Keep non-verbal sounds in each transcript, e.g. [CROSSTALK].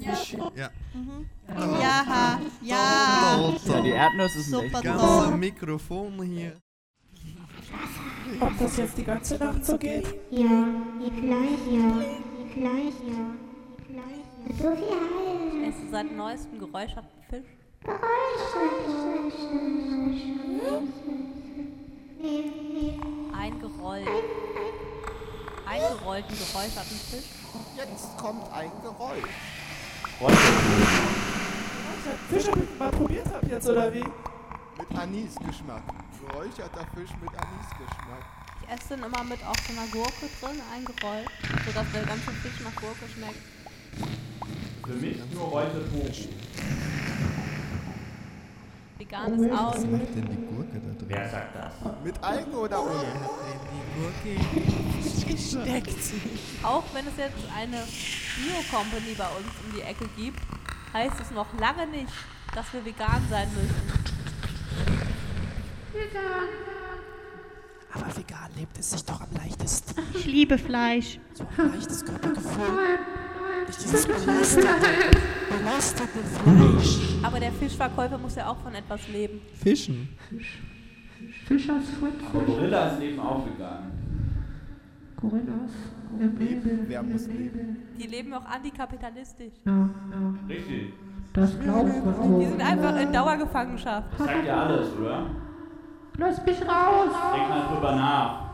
Ja, Ja, ja. Ja, die Alter. Erdnuss ist ein Super echt. toll. Ganze Mikrofon hier. Ob das jetzt die ganze Nacht so geht? Ja, ich gleich ja. Ich gleich ja. Ich gleich ja. So viel Heil. Kennst du seit neuestem Geräusch auf dem Fisch? Eingerollt. Eingerollten Geräusch auf dem Fisch? Jetzt kommt ein Geräusch. Fische mal probiert habt jetzt, oder wie? Mit Anisgeschmack. Geräucherter Fisch mit Anisgeschmack. Ich esse den immer mit auch so einer Gurke drin, eingerollt, sodass der ganze Fisch nach Gurke schmeckt. Für mich nur heute Tofu. Veganes Out. Denn die Gurke da drin. Wer sagt das? Mit Algen oder ohne? Auch wenn es jetzt eine Bio-Company bei uns um die Ecke gibt, heißt es noch lange nicht, dass wir vegan sein müssen. Aber vegan lebt es sich doch am leichtesten. Ich liebe Fleisch. So ein leichtes Körpergefühl. Nicht dieses belastete, belastete Fleisch. Aber der Fischverkäufer muss ja auch von etwas leben. Fischen. Aber Gorillas leben auch vegan. Leben, wer muss leben? Die leben auch antikapitalistisch. Richtig. Die sind einfach in Dauergefangenschaft. Das sagt ja alles, oder? Lass mich raus! Denk mal drüber nach.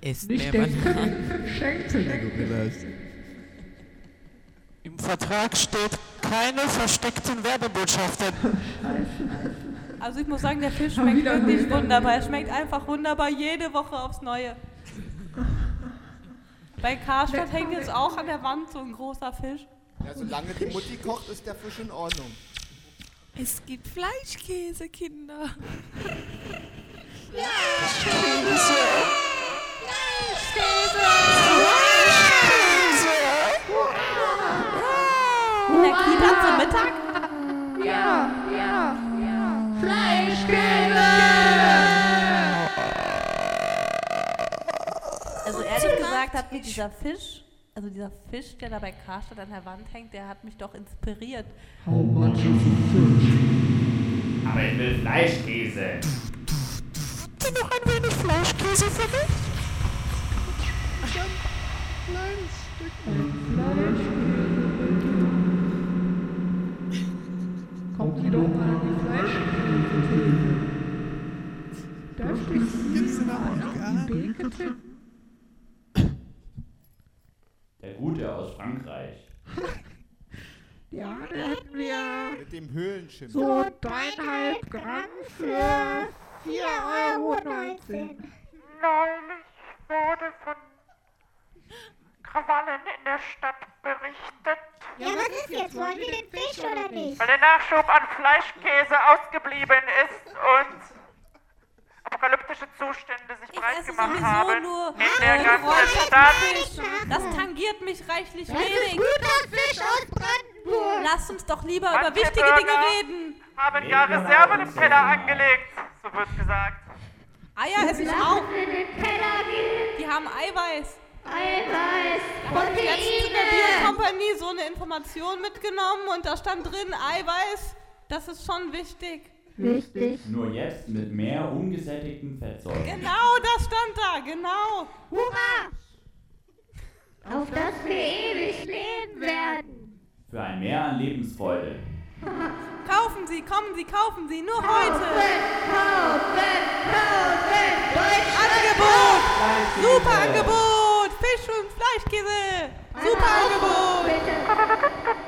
Ist mir was Der Gorilla ist. Im Vertrag steht keine versteckten Werbebotschaften. Also ich muss sagen, der Fisch schmeckt wirklich wunderbar. Er schmeckt einfach wunderbar jede Woche aufs Neue. Bei Karstadt hängt jetzt auch an der Wand so ein großer Fisch. Ja, solange die Mutti kocht, ist der Fisch in Ordnung. Es gibt Fleischkäse, Kinder. In der Kita zum Mittag? Also ehrlich gesagt hat mich dieser Fisch, also dieser Fisch, der da bei Karstadt an der Wand hängt, der hat mich doch inspiriert. Aber ich will Fleischkäse. Noch ein wenig Fleischkäse für mich? Der Gute aus Frankreich. Mit dem Höhlenschimmel. So. Ja, was ist jetzt? Wollen wir den Fisch oder nicht? Weil der Nachschub an Fleischkäse ausgeblieben ist und apokalyptische Zustände sich Ich breit esse gemacht sowieso haben. nur in der äh, ganzen geräucherten Stadt. Fisch. Das tangiert mich reichlich wenig. Guter Fisch aus Brandenburg! Lasst uns doch lieber über Manche wichtige Bürger- Dinge reden. Haben ja Reserven im Keller angelegt, so wird gesagt. Eier esse ich auch. Die haben Eiweiß. Letztens in der Biocompany so eine Information mitgenommen und da stand drin Eiweiß. Das ist schon wichtig. Wichtig. Nur jetzt mit mehr ungesättigten Fettsäuren. Genau, das stand da, genau. Hurra! Auf das wir ewig leben werden! Für ein Mehr an Lebensfreude. Kaufen Sie, kommen Sie, kaufen Sie, nur heute. Angebot! Super Angebot! Fisch und Fleischkäse! Super Angebot!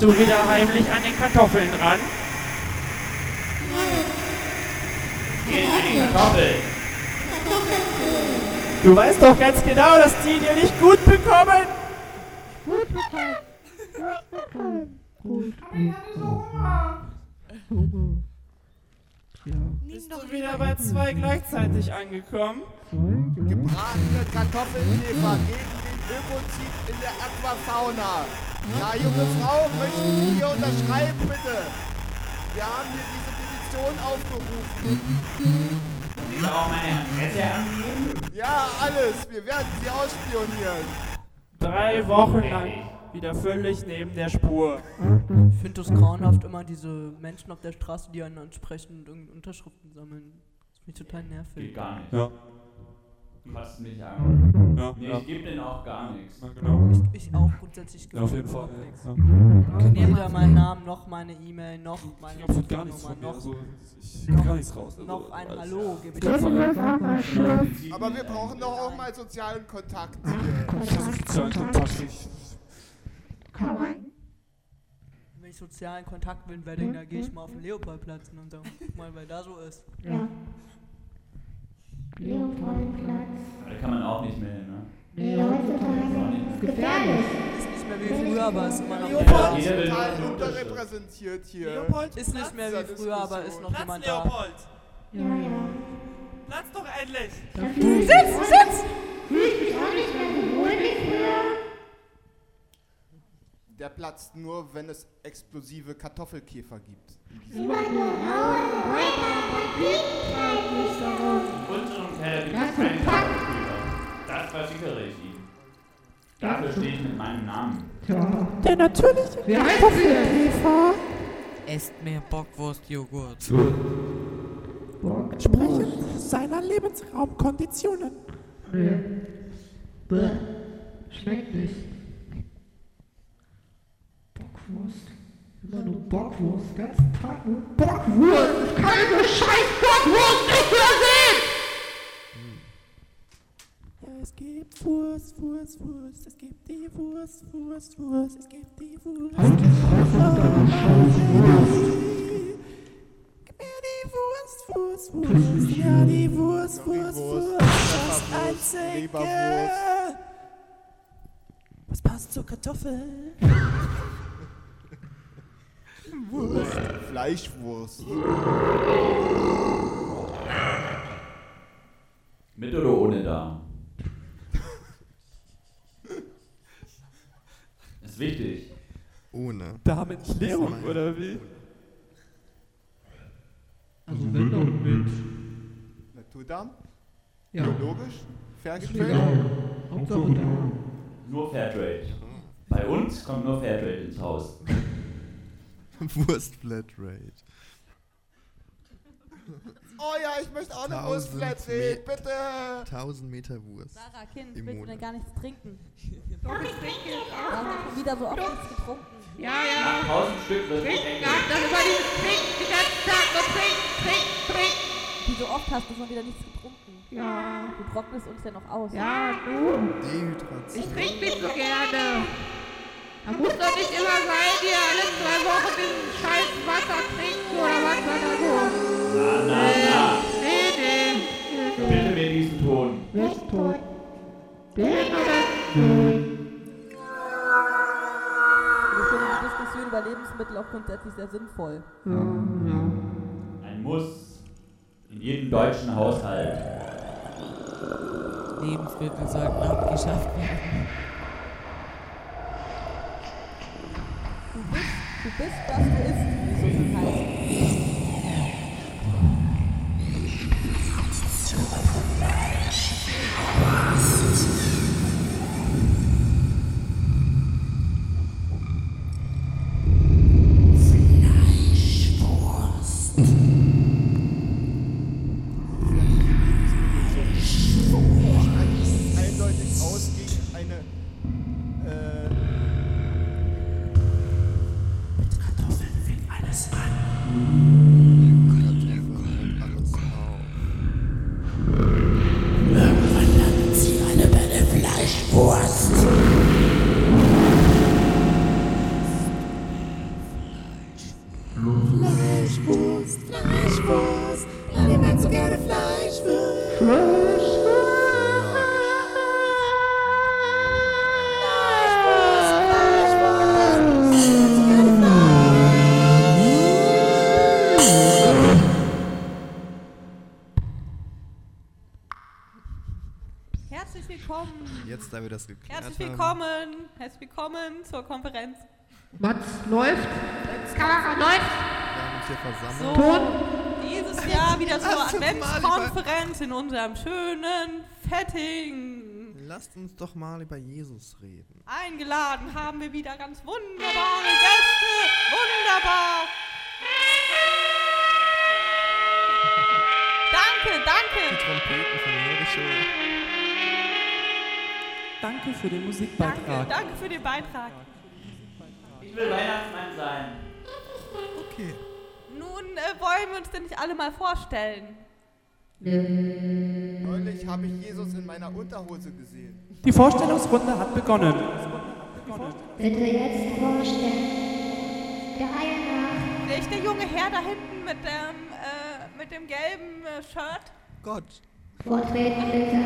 du wieder heimlich an den Kartoffeln ran? Geh an die Kartoffel. Du weißt doch ganz genau, dass die dir nicht gut bekommen. Bist du wieder bei zwei gleichzeitig angekommen? Gebratene Kartoffelkäfer gegen den Ökozid in der Aquafauna. Ja, junge Frau, möchten Sie hier unterschreiben, bitte? Wir haben hier diese Petition aufgerufen. Sieh doch auch meine Adresse an. Ja, alles. Wir werden Sie ausspionieren. Drei Wochen lang wieder völlig neben der Spur. Ich finde das grauenhaft, immer diese Menschen auf der Straße, die einen ansprechen und irgendwie Unterschriften sammeln. Das ist mich total nervig. Geht gar nicht. Ja. Du fasst mich an. Ja, Nee, ja. ich geb denen auch gar nichts. ja genau. Ich auch grundsätzlich Ja, auf jeden Fall. überhaupt nichts. Ja. Ich nehme weder meinen Namen, noch meine E-Mail, noch meine Ich wird gar nichts von mir. noch, Also, ich krieg gar nichts raus. Also, noch ein alles. Hallo gebe ich Aber wir brauchen doch auch mal sozialen Kontakt hier. Ich versuch zu sagen, Kontakt. Ich- Wenn ich sozialen Kontakt will in Wedding, da gehe ich mal auf den Leopoldplatz und dann guck mal, wer da so ist. Ja. Leopoldplatz. Da kann man auch nicht mehr hin, ne? Nee, heutzutage ist es gefährlich. Ist nicht mehr wie früher, aber ist immer noch Ja, Leopold jeder ist will nur total eine Unterschrift. unterrepräsentiert hier. Ist nicht mehr wie früher, aber ist noch jemand da. Leopold, Ja, ja. platz doch endlich. Da fühle ich mich auch- Fühle ich mich auch nicht mehr so wohl wie früher. Der platzt nur, wenn es explosive Kartoffelkäfer gibt. Immer nur raue Räuber und Bieten nicht darum. unserem Keller gibt es keinen Kartoffelkühler. Das versichere ich Ihnen. Dafür stehe ich mit meinem Namen. Esst mehr Bockwurst, Joghurt. seiner Lebensraumkonditionen. Schmeckt nicht. Bockwurst. Immer nur Bockwurst. Ganz Tag nur Bockwurst. Ich kann diese scheiß Bockwurst nicht mehr sehen! Ja, es gibt Wurst, Wurst, Wurst, es gibt die Wurst, Wurst, Wurst, es gibt die Wurst. Halt die Gib mir die Wurst, Wurst, Wurst, ja die Wurst, Wurst, Wurst, das einzige. Leberwurst. Was passt zur Kartoffel? Fleischwurst. Mit oder ohne Darm? [LAUGHS] ist wichtig. Ohne. Darmentleerung, oder wie? Also wenn doch mit. Naturdarm? Ja. Biologisch? Fairgestellt? Hauptsache da. Nur Fairtrade. Bei uns kommt nur Fairtrade ins Haus. [LAUGHS] Wurst Flatrate. Oh ja, ich möchte auch eine Tausend Wurstflat sehen, bitte! 1000 Meter Wurst. Sarah, Kind, Im willst du denn Monat. gar nichts trinken? Doch, ich trinke jetzt auch. Du hast schon wieder so oft nichts getrunken. Ja, ja. Nach 1000 Stück wird gedenkt. Ach, das war dieses Trinken, den ganzen Tag nur Trinken, Trinken, Trinken. Wie so oft hast du schon wieder nichts getrunken. Ja. Du trocknest uns ja noch aus. Ja, du. Dehydration. Ich trinke nicht so gerne. Da muss doch nicht immer sein, hier alle zwei Wochen diesen scheiß Wasser trinken oder was war da so. Na, na, na. Nee, nee. Bitte mir diesen Ton. Nicht tot. Ich finde die Diskussion über Lebensmittel auch grundsätzlich sehr sinnvoll. Ein Muss. In jedem deutschen Haushalt. Lebensmittel sollten abgeschafft werden. Du bist, du bist, was du isst, wie es so schön heißt. Eindeutig aus gegen eine. Äh, Kartoffeln fängt an Herzlich willkommen. Jetzt, da wir das geklärt Herzlich haben. willkommen. Herzlich willkommen zur Konferenz. Mats läuft. Kamera läuft. Wir haben uns hier So, versammelt. dieses Jahr wieder zur Lass uns mal über- Adventskonferenz in unserem schönen Fetting. Lasst uns doch mal über Jesus reden. Eingeladen haben wir wieder ganz wunderbare Gäste. Wunderbar. Danke, danke. Trompeten von Herische. Danke für den Musikbeitrag. Danke für den Beitrag. Ich will Weihnachtsmann sein. Okay. Nun äh, wollen wir uns denn nicht alle mal vorstellen. Neulich habe ich Jesus in meiner Unterhose gesehen. Die Vorstellungsrunde hat begonnen. Bitte jetzt vorstellen. Der Reihe Nicht der junge Herr da hinten mit dem, äh, mit dem gelben äh, Shirt. Gott. nach. Vortreten bitte.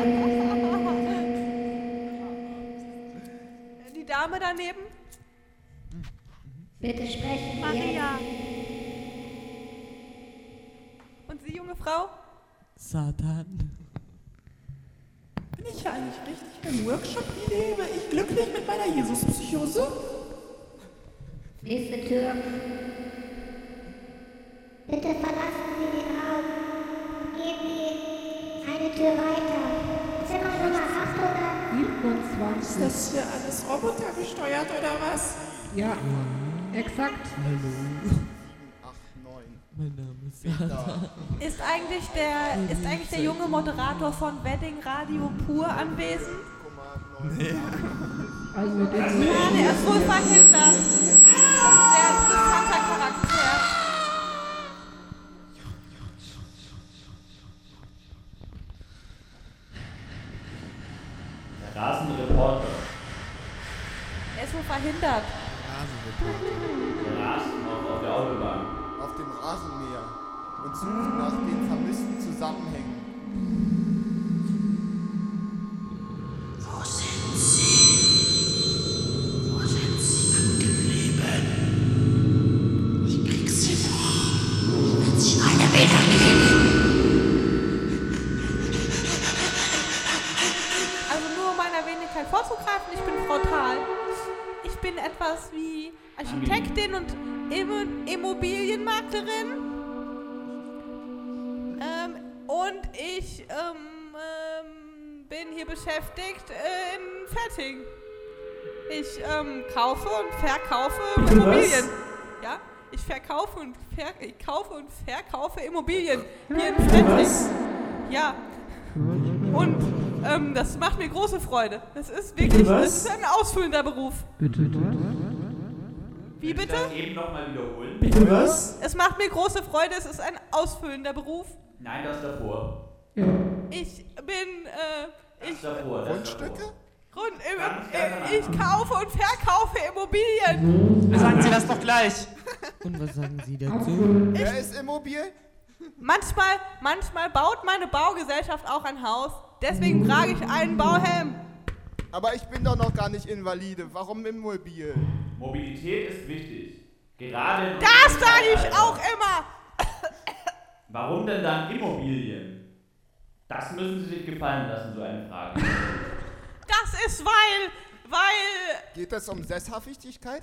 Die Dame daneben. Bitte sprechen. Maria. Und Sie, junge Frau? Satan. Bin ich hier eigentlich richtig im Workshop? Lebe ich glücklich mit meiner Jesus-Psychose? Nächste Tür. Bitte verlassen Sie den Raum. Gehen Sie eine Tür weiter. Zimmer Nummer 27. Ist das hier alles robotergesteuert oder was? Ja, exakt. Hallo. 8, 9. Mein Name ist Satan. Ist eigentlich der, ist eigentlich der junge Moderator von Wedding Radio Pur anwesend? Nee. Also mit dem Schade, er ist wohl verhindert. Das ist ein sehr interessanter Charakter. Der rasende Reporter. Er ist wohl verhindert. Der rasen noch auf der Autobahn. Auf dem Rasenmäher. Und suchen nach den vermissten Zusammenhängen. Wo sind sie? Wo sind sie abgeblieben? Ich krieg sie noch. Ich will sie alle wiedergeben. Also nur um meiner Wenigkeit vorzugreifen, ich bin Frau Thal. Ich bin etwas wie Architektin und Immo- Immobilienmaklerin. Ähm, und ich ähm, ähm, bin hier beschäftigt äh, in Fetting. Ich ähm, kaufe und verkaufe Bitte was? Immobilien. Ja, ich verkaufe und ver ich kaufe und verkaufe Immobilien hier in Fetting. Ja, und ähm, das macht mir große Freude. Das ist wirklich was? das ist ein ausfüllender Beruf. Bitte, Wie bitte? Das eben nochmal wiederholen. Es macht mir große Freude, es ist ein ausfüllender Beruf. Nein, das davor. Ich bin, äh, Das ich, davor. Das Grundstücke? Grund, im, äh, ich kaufe und verkaufe Immobilien. Sagen Sie das doch gleich. Und was sagen Sie dazu? Wer ist immobil? Manchmal, manchmal baut meine Baugesellschaft auch ein Haus. Deswegen trage ich einen Bauhelm. Aber ich bin doch noch gar nicht invalide. Warum immobil? Mobilität ist wichtig. Gerade in Das unserem sage ich Zeitalter. auch immer. Warum denn dann Immobilien? Das müssen Sie sich gefallen lassen, so eine Frage. Das ist weil, weil Geht es um Sesshaftigkeit?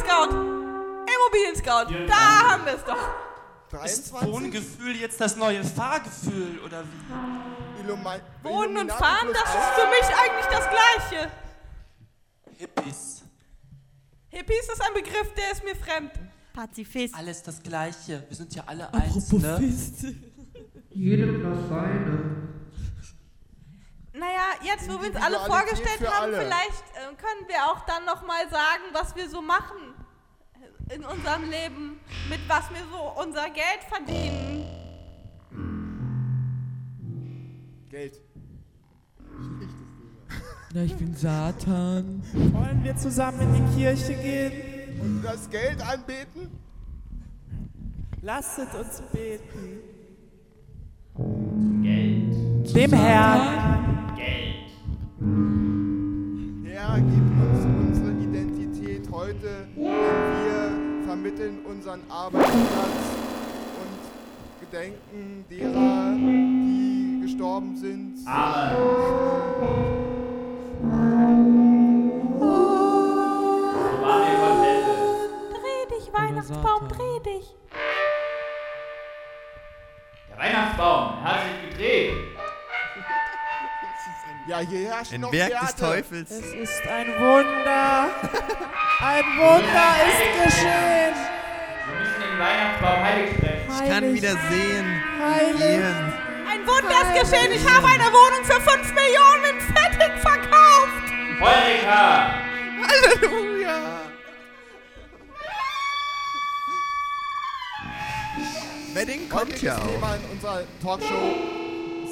Immobilien-Scout! Immobilien-Scout! Da haben wir es doch! Ist Wohngefühl jetzt das neue Fahrgefühl oder wie? Wohnen und fahren, das ist für mich eigentlich das Gleiche. Hippies. Hippies ist ein Begriff, der ist mir fremd. Pazifist. Alles das Gleiche. Wir sind ja alle eins, ne? Jedem das Seine. Naja, jetzt wo wir uns alle Individualität vorgestellt für haben, alle. vielleicht äh, können wir auch dann nochmal sagen, was wir so machen in unserem Leben, mit was wir so unser Geld verdienen. Geld. Na, ich bin Satan. Wollen wir zusammen in die Kirche gehen? Und das Geld anbeten? Lasset uns beten. Geld. Dem Herrn. Geld. Herr, gib uns unsere Identität heute. Wir vermitteln unseren Arbeitsplatz und gedenken derer, die gestorben sind. Dreh dich, Weihnachtsbaum, dreh dich. Der Weihnachtsbaum hat sich gedreht. Ja, hier herrscht Ein noch Werk des Werte. Teufels. Es ist ein Wunder. Ein Wunder ist geschehen. Wir müssen den Weihnachtsbaum heilig sprechen. Ich kann wieder sehen. Heilig. Ein Wunder ist geschehen. Ich habe eine Wohnung für 5 Millionen in Fetting verkauft. Eureka! Halleluja. Wedding kommt Heutiges ja auch. Thema in unserer Talkshow.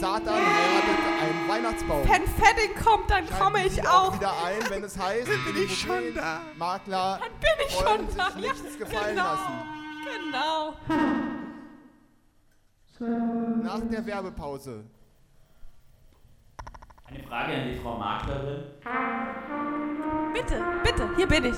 Satan heiratet einen Weihnachtsbaum. Wenn Fetting kommt, dann komme ich auch. wieder ein, wenn es heißt, bin ich schon da. Makler Dann bin ich wollen schon da. sich nichts Ja, gefallen genau. lassen. Genau. Nach der Werbepause. Eine Frage an die Frau Maklerin. Bitte, bitte, hier bin ich.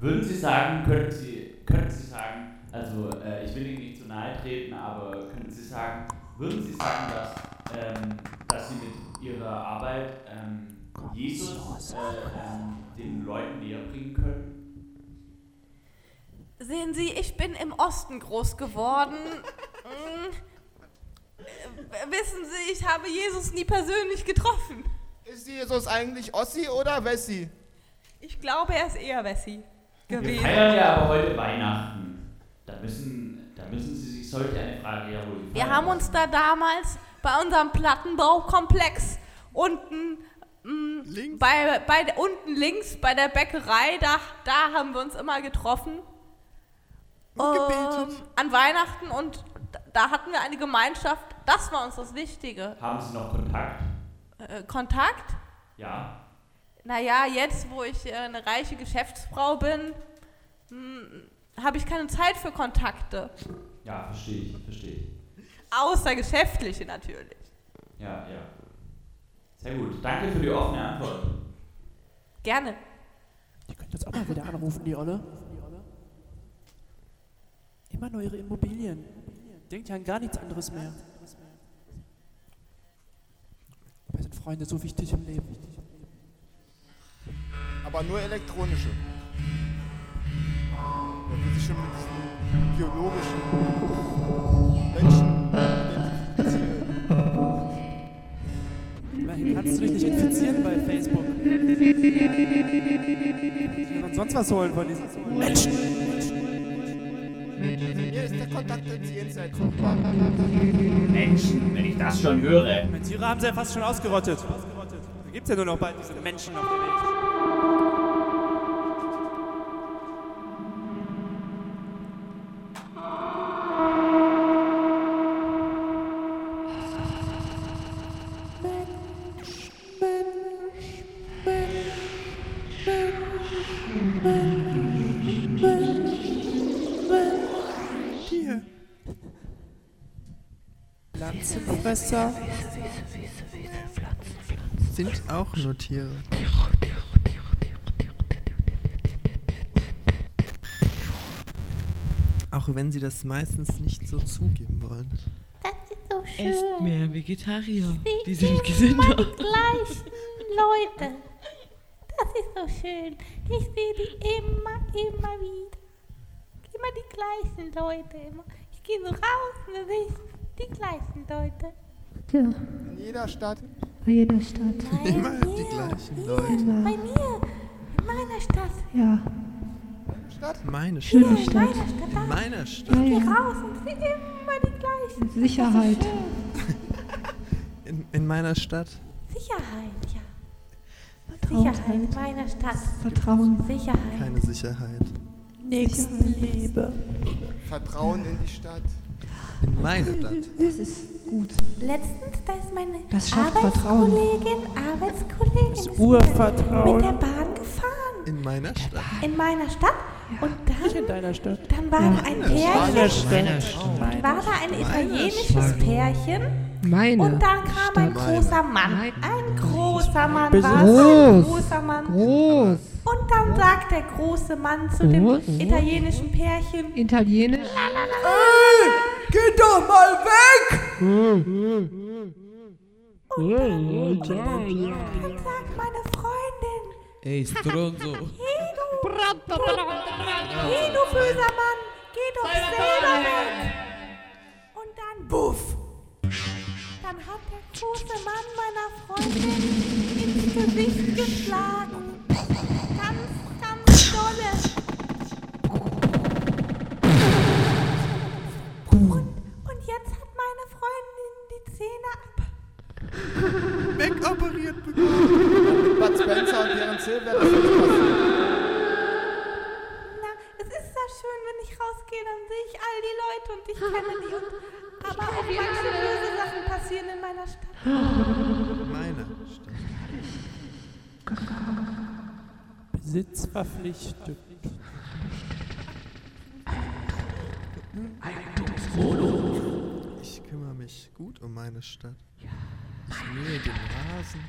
Würden Sie sagen, könnten Sie, könnten Sie sagen, also äh, ich will Ihnen nicht zu nahe treten, aber könnten Sie sagen, würden Sie sagen, dass, ähm, dass Sie mit Ihrer Arbeit ähm, Jesus äh, ähm, den Leuten näher bringen können? Sehen Sie, ich bin im Osten groß geworden. Mm. Äh, Wissen Sie, ich habe Jesus nie persönlich getroffen. Ist Jesus eigentlich Ossi oder Wessi? Ich glaube, er ist eher Wessi Wir gewesen. feiern ja aber heute Weihnachten. Da müssen, da müssen Sie sich solch eine Frage ja wohl gefallen Wir haben uns da damals bei unserem Plattenbaukomplex unten mm, bei, bei unten links bei der Bäckerei, da, da haben wir uns immer getroffen. Ähm, an Weihnachten und da, da hatten wir eine Gemeinschaft, das war uns das Wichtige. Haben Sie noch Kontakt? Äh, Kontakt? Ja. Naja, jetzt wo ich äh, eine reiche Geschäftsfrau bin, mm, habe ich keine Zeit für Kontakte. Ja, verstehe ich, verstehe ich. Außer geschäftliche natürlich. Ja, ja. Sehr gut. Danke für die offene Antwort. Gerne. Jetzt auch mal wieder anrufen, die Olle. Immer nur ihre Immobilien. Denkt ja an gar nichts anderes mehr. Dabei sind Freunde so wichtig im Leben. Aber nur elektronische. Da will sich schon mit diesen biologischen Menschen identifizieren. Immerhin kannst du dich nicht infizieren bei Facebook. Und sonst was holen von diesen Menschen. Hier ist der Kontakt ins Jenseits. Menschen, wenn ich das schon höre. Tiere haben sie ja fast schon ausgerottet. Da gibt's ja nur noch bald diese Menschen auf der Welt. Hier. Pflanzenfresser Sind auch nur Tiere. Auch wenn sie das meistens nicht so zugeben wollen. So Esst schön. mehr Vegetarier. Die Seht sind ihr, gesünder. Meine gleichen Leute. Das ist so schön. Ich sehe die immer, immer wieder. Immer die gleichen Leute. Immer. Ich gehe so raus und dann sehe ich die gleichen Leute. Tja, In jeder Stadt. bei jeder Stadt. Immer die gleichen Leute. Bei mir, in meiner Stadt. Ja. Meine Stadt. Schöne Stadt. In meiner Ich Stadt. gehe raus und sehe immer die gleichen. Das ist Sicherheit. [LAUGHS] In, in meiner Stadt. Sicherheit, ja. Sicherheit in meiner Stadt. Vertrauen. Sicherheit. Keine Sicherheit. Nächstenliebe. Vertrauen in die Stadt. In meiner Stadt. Das ist gut. Letztens, da ist meine Das schafft Vertrauen. Arbeitskollegin, Arbeitskollegin ist Urvertrauen. mit der Bahn gefahren. In meiner Stadt. In meiner Stadt. Und dann, In deiner Stadt. dann war da ein Pärchen. Dann war da ein italienisches Pärchen. Meine Und da kam ein Stadt. großer Mann. Ein großer Mann Bis- war es. Ein Groß. großer Mann. Groß. Und dann sagt der große Mann zu dem Groß. italienischen Pärchen. Italienisch. Ey, geh doch mal weg! ja, ja. Dann sagt meine Freundin, Ey, Stronzo. hey du, hey du böser Mann, geh doch selber weg. Und dann, buff. Dann hat der große Mann meiner Freundin ins Gesicht geschlagen. Ganz, ganz dolle. Und jetzt hat meine Freundin die Zähne Wegoperiert bekommen. Bud Spencer und deren Silber, das ist passiert. Na, es ist ja schön, wenn ich rausgehe, dann sehe ich all die Leute und ich kenne die. Und, aber auch manche böse Sachen passieren in meiner Stadt. Meine. Besitz verpflichtet. Ich kümmere mich gut um meine Stadt. Ich mähe den Rasen.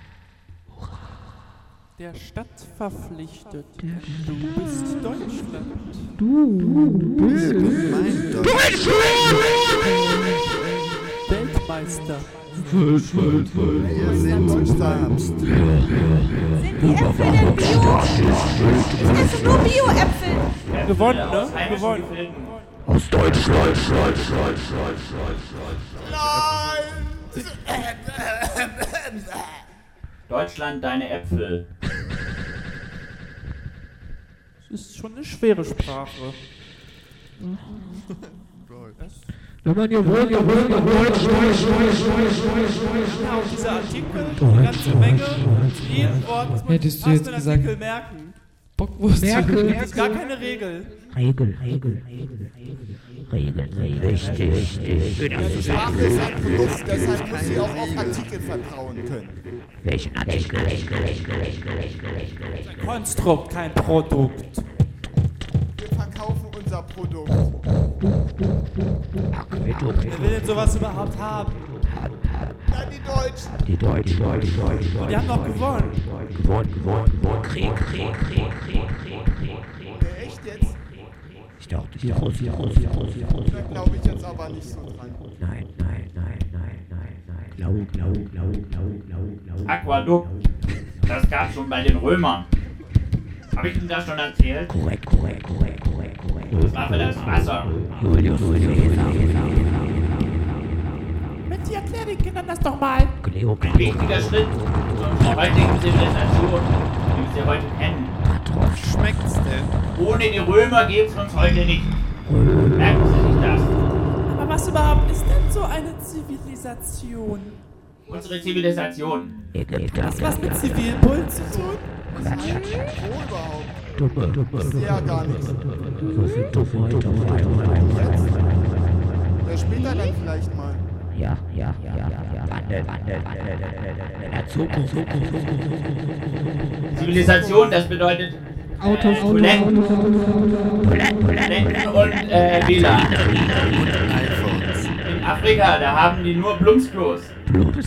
Der Stadt verpflichtet. Du bist Deutschland. Du, du bist mein Weltmeister. Wir sind Deutschland. Also nur Bio-Äpfel. Gewonnen, ne? Gewonnen. Aus Deutschland. Deutschland, deine Äpfel. Das ist schon eine schwere Sprache. Wenn man gewollt, gewollt, gewollt, Deutsch, Deutsch, Deutsch, Deutsch, Genau, dieser Artikel, eine ganze Menge, viel Wort, muss man Hättest du jetzt den gesagt, Artikel merken. Bockwurst. Merkel, Merkel. Gar keine Regel. Regel, Regel, Regel, Regel. Regel, Regel. Richtig, richtig. Ja, die Sprache ist ein Produkt, deshalb muss sie auch auf Artikel vertrauen können. Welchen Artikel? Konstrukt, kein Produkt. Wir verkaufen unser Produkt. Wer will denn sowas überhaupt haben? Na, die Deutschen. Die Deutschen, Deutschen, Deutschen, Deutschen. Wir haben doch gewonnen. Gewonnen, gewonnen, gewonnen. Krieg, Krieg, Krieg, Krieg, Krieg, Krieg, Krieg. Echt jetzt? Ich dachte, die Russen, die Russen, die Russen, die Russen. Da glaube ich jetzt aber nicht so dran. Nein, nein, nein, nein, nein, nein. Glau, glau, glau, glau, glau, glau. Aquadukt. Das gab's schon bei den Römern. Hab ich Ihnen das schon erzählt? Korrekt, korrekt, korrekt, korrekt, korrekt. Das war für das Wasser. Julius, Julius, Caesar, Mit die Athletik, genau ändern das doch mal. Ein wichtiger Schritt zur heutigen Zivilisation, die wir heute kennen. Schmeckt's denn? Ohne die Römer gibt's uns heute nicht. Merken Sie sich das. Aber was überhaupt ist denn so eine Zivilisation? Unsere Zivilisation. Hast was mit Zivilpult zu tun? Wo überhaupt? Dumme, dumme. Ich sehe ja gar nichts. So viel dumme, dumme, dumme, Ja, später dann vielleicht mal. Ja, ja, ja, ja, ja. Wandel, Wandel, Wandel. In der Zukunft, Zukunft, Zukunft, Zukunft. Zivilisation, das bedeutet. Autos, äh, Autos, Toiletten, Autos, Autos, Autos. Toiletten und äh, WLAN. In Afrika, da haben die nur Blumsklos. Das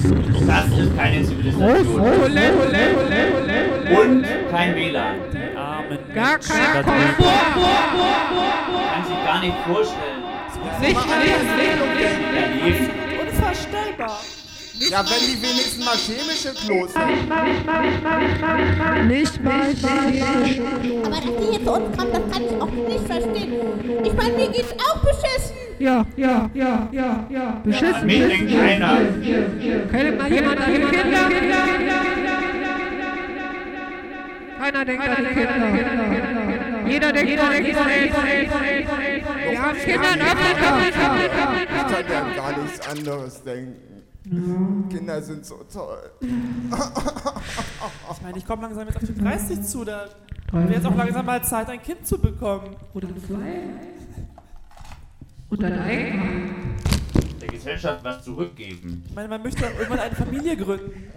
ist keine Zivilisation. Und kein WLAN. Amen. Gar kein Komfort. Kann sich gar nicht vorstellen. Sicher Daneben. Unvorstellbar. Ja, wenn die wenigstens mal chemische Klos haben. Nicht mal Aber dass die hier zu uns kommt, das kann ich auch nicht verstehen. Ich meine, mir geht's auch beschissen. Ja, ja, ja, ja, ja. Beschissen. An mich denkt keiner. Könnte mal jemand an die Kinder? Keiner denkt an die Kinder. Jeder denkt an die Kinder. Wir haben Kinder in Afrika. Ich kann ja an gar nichts anderes denken. Kinder sind so toll. Ich meine, ich komme langsam jetzt auf die 30 zu, da wäre jetzt auch langsam mal Zeit, ein Kind zu bekommen. Oder zwei. Oder drei. Der Gesellschaft was zurückgeben. Ich meine, man möchte dann irgendwann eine Familie gründen.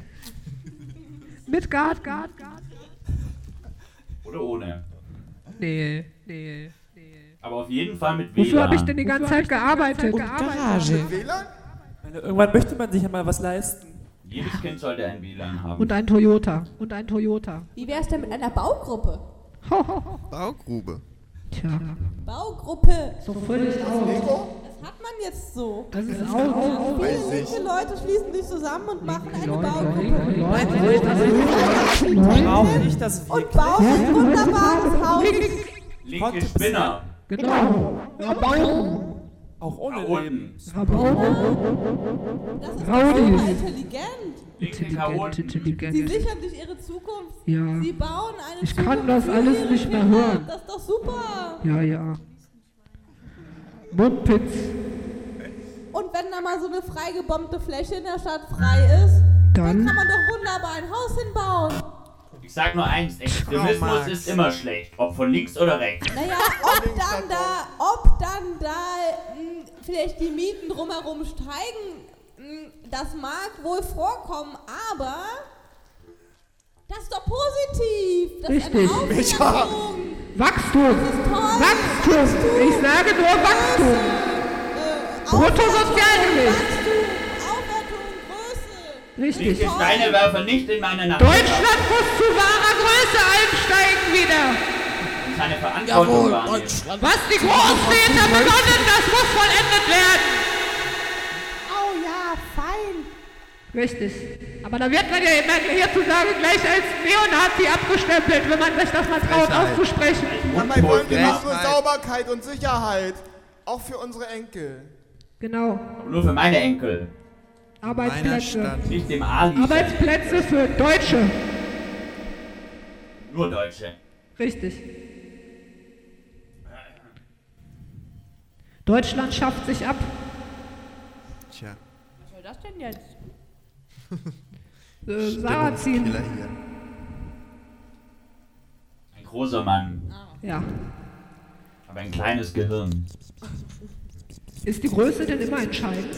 Mit Gard, Gard, Gard. Oder ohne. Nee, nee. Aber auf jeden Fall mit Wofür WLAN. habe ich denn die ganze Zeit gearbeitet? Garage. WLAN? Ich meine, irgendwann möchte man sich ja mal was leisten. Jedes Kind sollte ein WLAN haben. Und ein Toyota. Und ein Toyota. Wie wär's denn mit einer Baugruppe? Baugrube. Tja. Baugruppe. So völlig aus. Lego? hat man jetzt so. Das ist auch- auch- auch- Viele Weiß linke ich. Leute schließen sich zusammen und machen eine Leute, Baugruppe. Leute, Leute, Leute. Brauche ich das Und bauen ein wunderbares Haus. Linke Spinner. Genau. Rabauken. Auch um ohne Leben. Rabauken. Das ist Raudis. super intelligent. Intelligent, Sie intelligent. sichern sich ihre Zukunft. Ja. Sie bauen eine Ich Zukunft kann das für alles ihre nicht mehr Kinder. hören. Das ist doch super. Ja, ja. Mundpitz. Und wenn da mal so eine freigebombte Fläche in der Stadt frei ist, dann, Dann- kann man doch wunderbar ein Haus hinbauen. Ich sag nur eins, Extremismus ist immer schlecht, ob von links oder rechts. [LAUGHS] Naja, ob dann da, ob dann da mh, vielleicht die Mieten drumherum steigen, mh, das mag wohl vorkommen, aber das ist doch positiv. Das Richtig. ist eine Micha. Aufwertung. Wachstum. Wachstum. Ich sage nur Wachstum. Äh, Bruttosozialgericht. Richtig. Linke Steine werfen nicht in meine Nacht. Deutschland muss zu wahrer Größe einsteigen wieder. Keine Verantwortung Jawohl, wahrnehmen. Was die Großstädter begonnen, das muss vollendet werden. Oh ja, fein. Richtig. Aber da wird man ja immer hierzulande gleich als Neonazi abgestempelt, wenn man sich das mal traut Frechheit. auszusprechen. Dabei wollen wir nicht nur Frechheit. Sauberkeit und Sicherheit, auch für unsere Enkel. Genau. Nur für meine Enkel. Arbeitsplätze. Nicht dem Ali. Arbeitsplätze für Deutsche. Nur Deutsche. Richtig. Deutschland schafft sich ab. Äh, Tja. Was soll das denn jetzt? Äh, Sarrazin. Stimmungskiller hier. Ein großer Mann, Ja. aber ein kleines Gehirn. Ist die Größe denn immer entscheidend?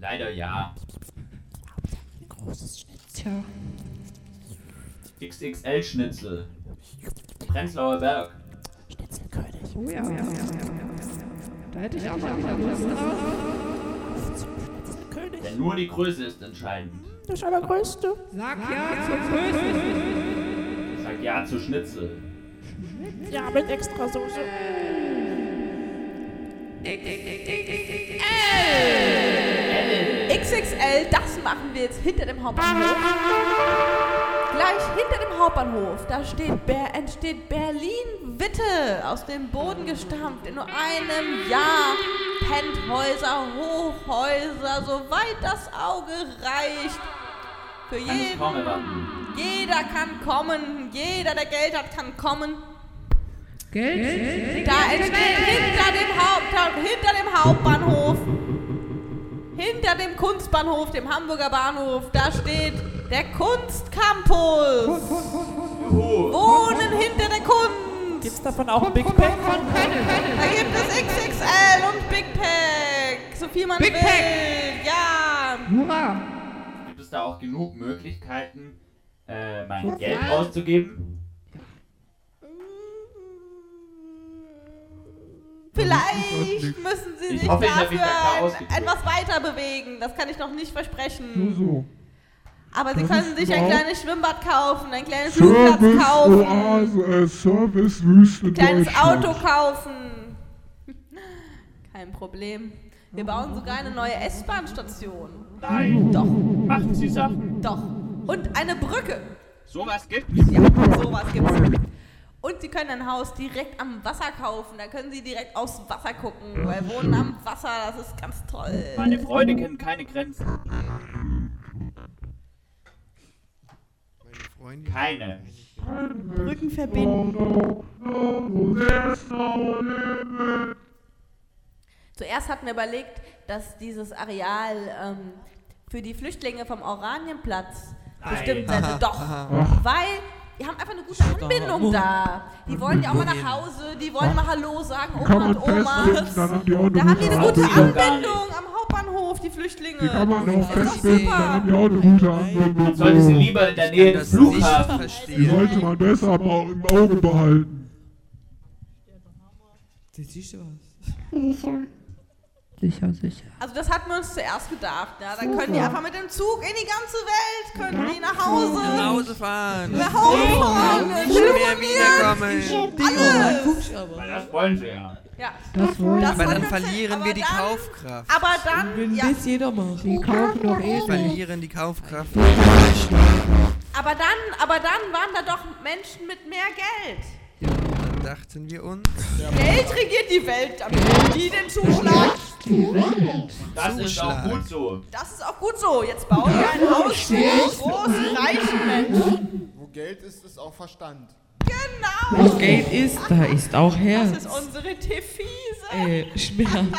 Leider ja. Tja. XXL-Schnitzel. Prenzlauer Berg. Oh ja, ja, ja, ja, ja. Da hätte ich auch mal wieder Lust drauf. Denn nur die Größe ist entscheidend. Das ist aber Größte. Sag ja zum Größten. Ich sag ja zu Schnitzel. Ja, mit extra Soße. XXL, das machen wir jetzt hinter dem Hauptbahnhof. Gleich hinter dem Hauptbahnhof, da steht Ber entsteht Berlin-Witte, aus dem Boden gestampft, in nur einem Jahr. Penthäuser, Hochhäuser, soweit das Auge reicht. Für Kann ich kaum jeden, erwarten. jeder kann kommen, jeder, der Geld hat, kann kommen. Geld? Da entsteht hinter dem, Haupt, hinter dem Hauptbahnhof, hinter dem Kunstbahnhof, dem Hamburger Bahnhof, da steht der Kunstcampus. Wohnen hinter der Kunst. Gibt's davon auch ein Big Pack? Da gibt es XXL und Big Pack. So viel man Big will. Pack. Ja. Hurra! Gibt es da auch genug Möglichkeiten, äh, mein Geld auszugeben? Vielleicht müssen Sie Ich sich hoffe, ich hab dafür mich da klar ausgedrückt. etwas weiter bewegen. Das kann ich noch nicht versprechen. so. Aber Sie Das können ist sich ein überhaupt- kleines Schwimmbad kaufen, ein kleines Flugplatz kaufen, ein äh, Servicewüste kleines Auto kaufen. [LAUGHS] Kein Problem. Wir bauen sogar eine neue S-Bahn-Station. Nein. Doch. Machen Sie Sachen. Doch. Und eine Brücke. Sowas gibt Ja, sowas gibt's. Und Sie können ein Haus direkt am Wasser kaufen. Da können Sie direkt aufs Wasser gucken. Weil Wohnen am Wasser, das ist ganz toll. Meine Freude kennt keine Grenzen. Keine. Brücken verbinden. Zuerst hatten wir überlegt, dass dieses Areal ähm, für die Flüchtlinge vom Oranienplatz Nein. bestimmt sein soll. Doch, Aha. weil die haben einfach eine gute Anbindung da. Die wollen ja auch mal nach Hause, die wollen mal Hallo sagen, Oma und Oma. Da haben die eine gute Anbindung am Hauptbahnhof, die Flüchtlinge. Man sollte sie lieber in der Nähe des Flughafens. Die sollte man besser im Au- im Auge behalten. Siehst du was? Sicher, sicher. Also das hatten wir uns zuerst gedacht. Ja, dann Super. können die einfach mit dem Zug in die ganze Welt, können die Mhm. nach Hause. Nach Hause fahren. Nach Hause Oh, fahren. Nicht mehr Telefonieren. wiederkommen. Alles. Weil das wollen sie ja. Ja. Das wollen Aber hatten dann wir verlieren wir die Kaufkraft. Aber dann, Wenn ja, das jeder macht. Die kaufen doch eh Wir nicht. verlieren die Kaufkraft. aber dann, aber dann waren da doch Menschen mit mehr Geld. Dann dachten wir uns. Geld regiert die Welt, damit haben die den Zuschlag. Das ist auch gut so. Das ist auch gut so. Jetzt bauen wir ein Haus für die großen reichen Menschen. Wo Geld ist, ist auch Verstand. Genau. Wo Geld ist, da ist auch Herz. Das ist unsere Tefise. Äh, Schmerz.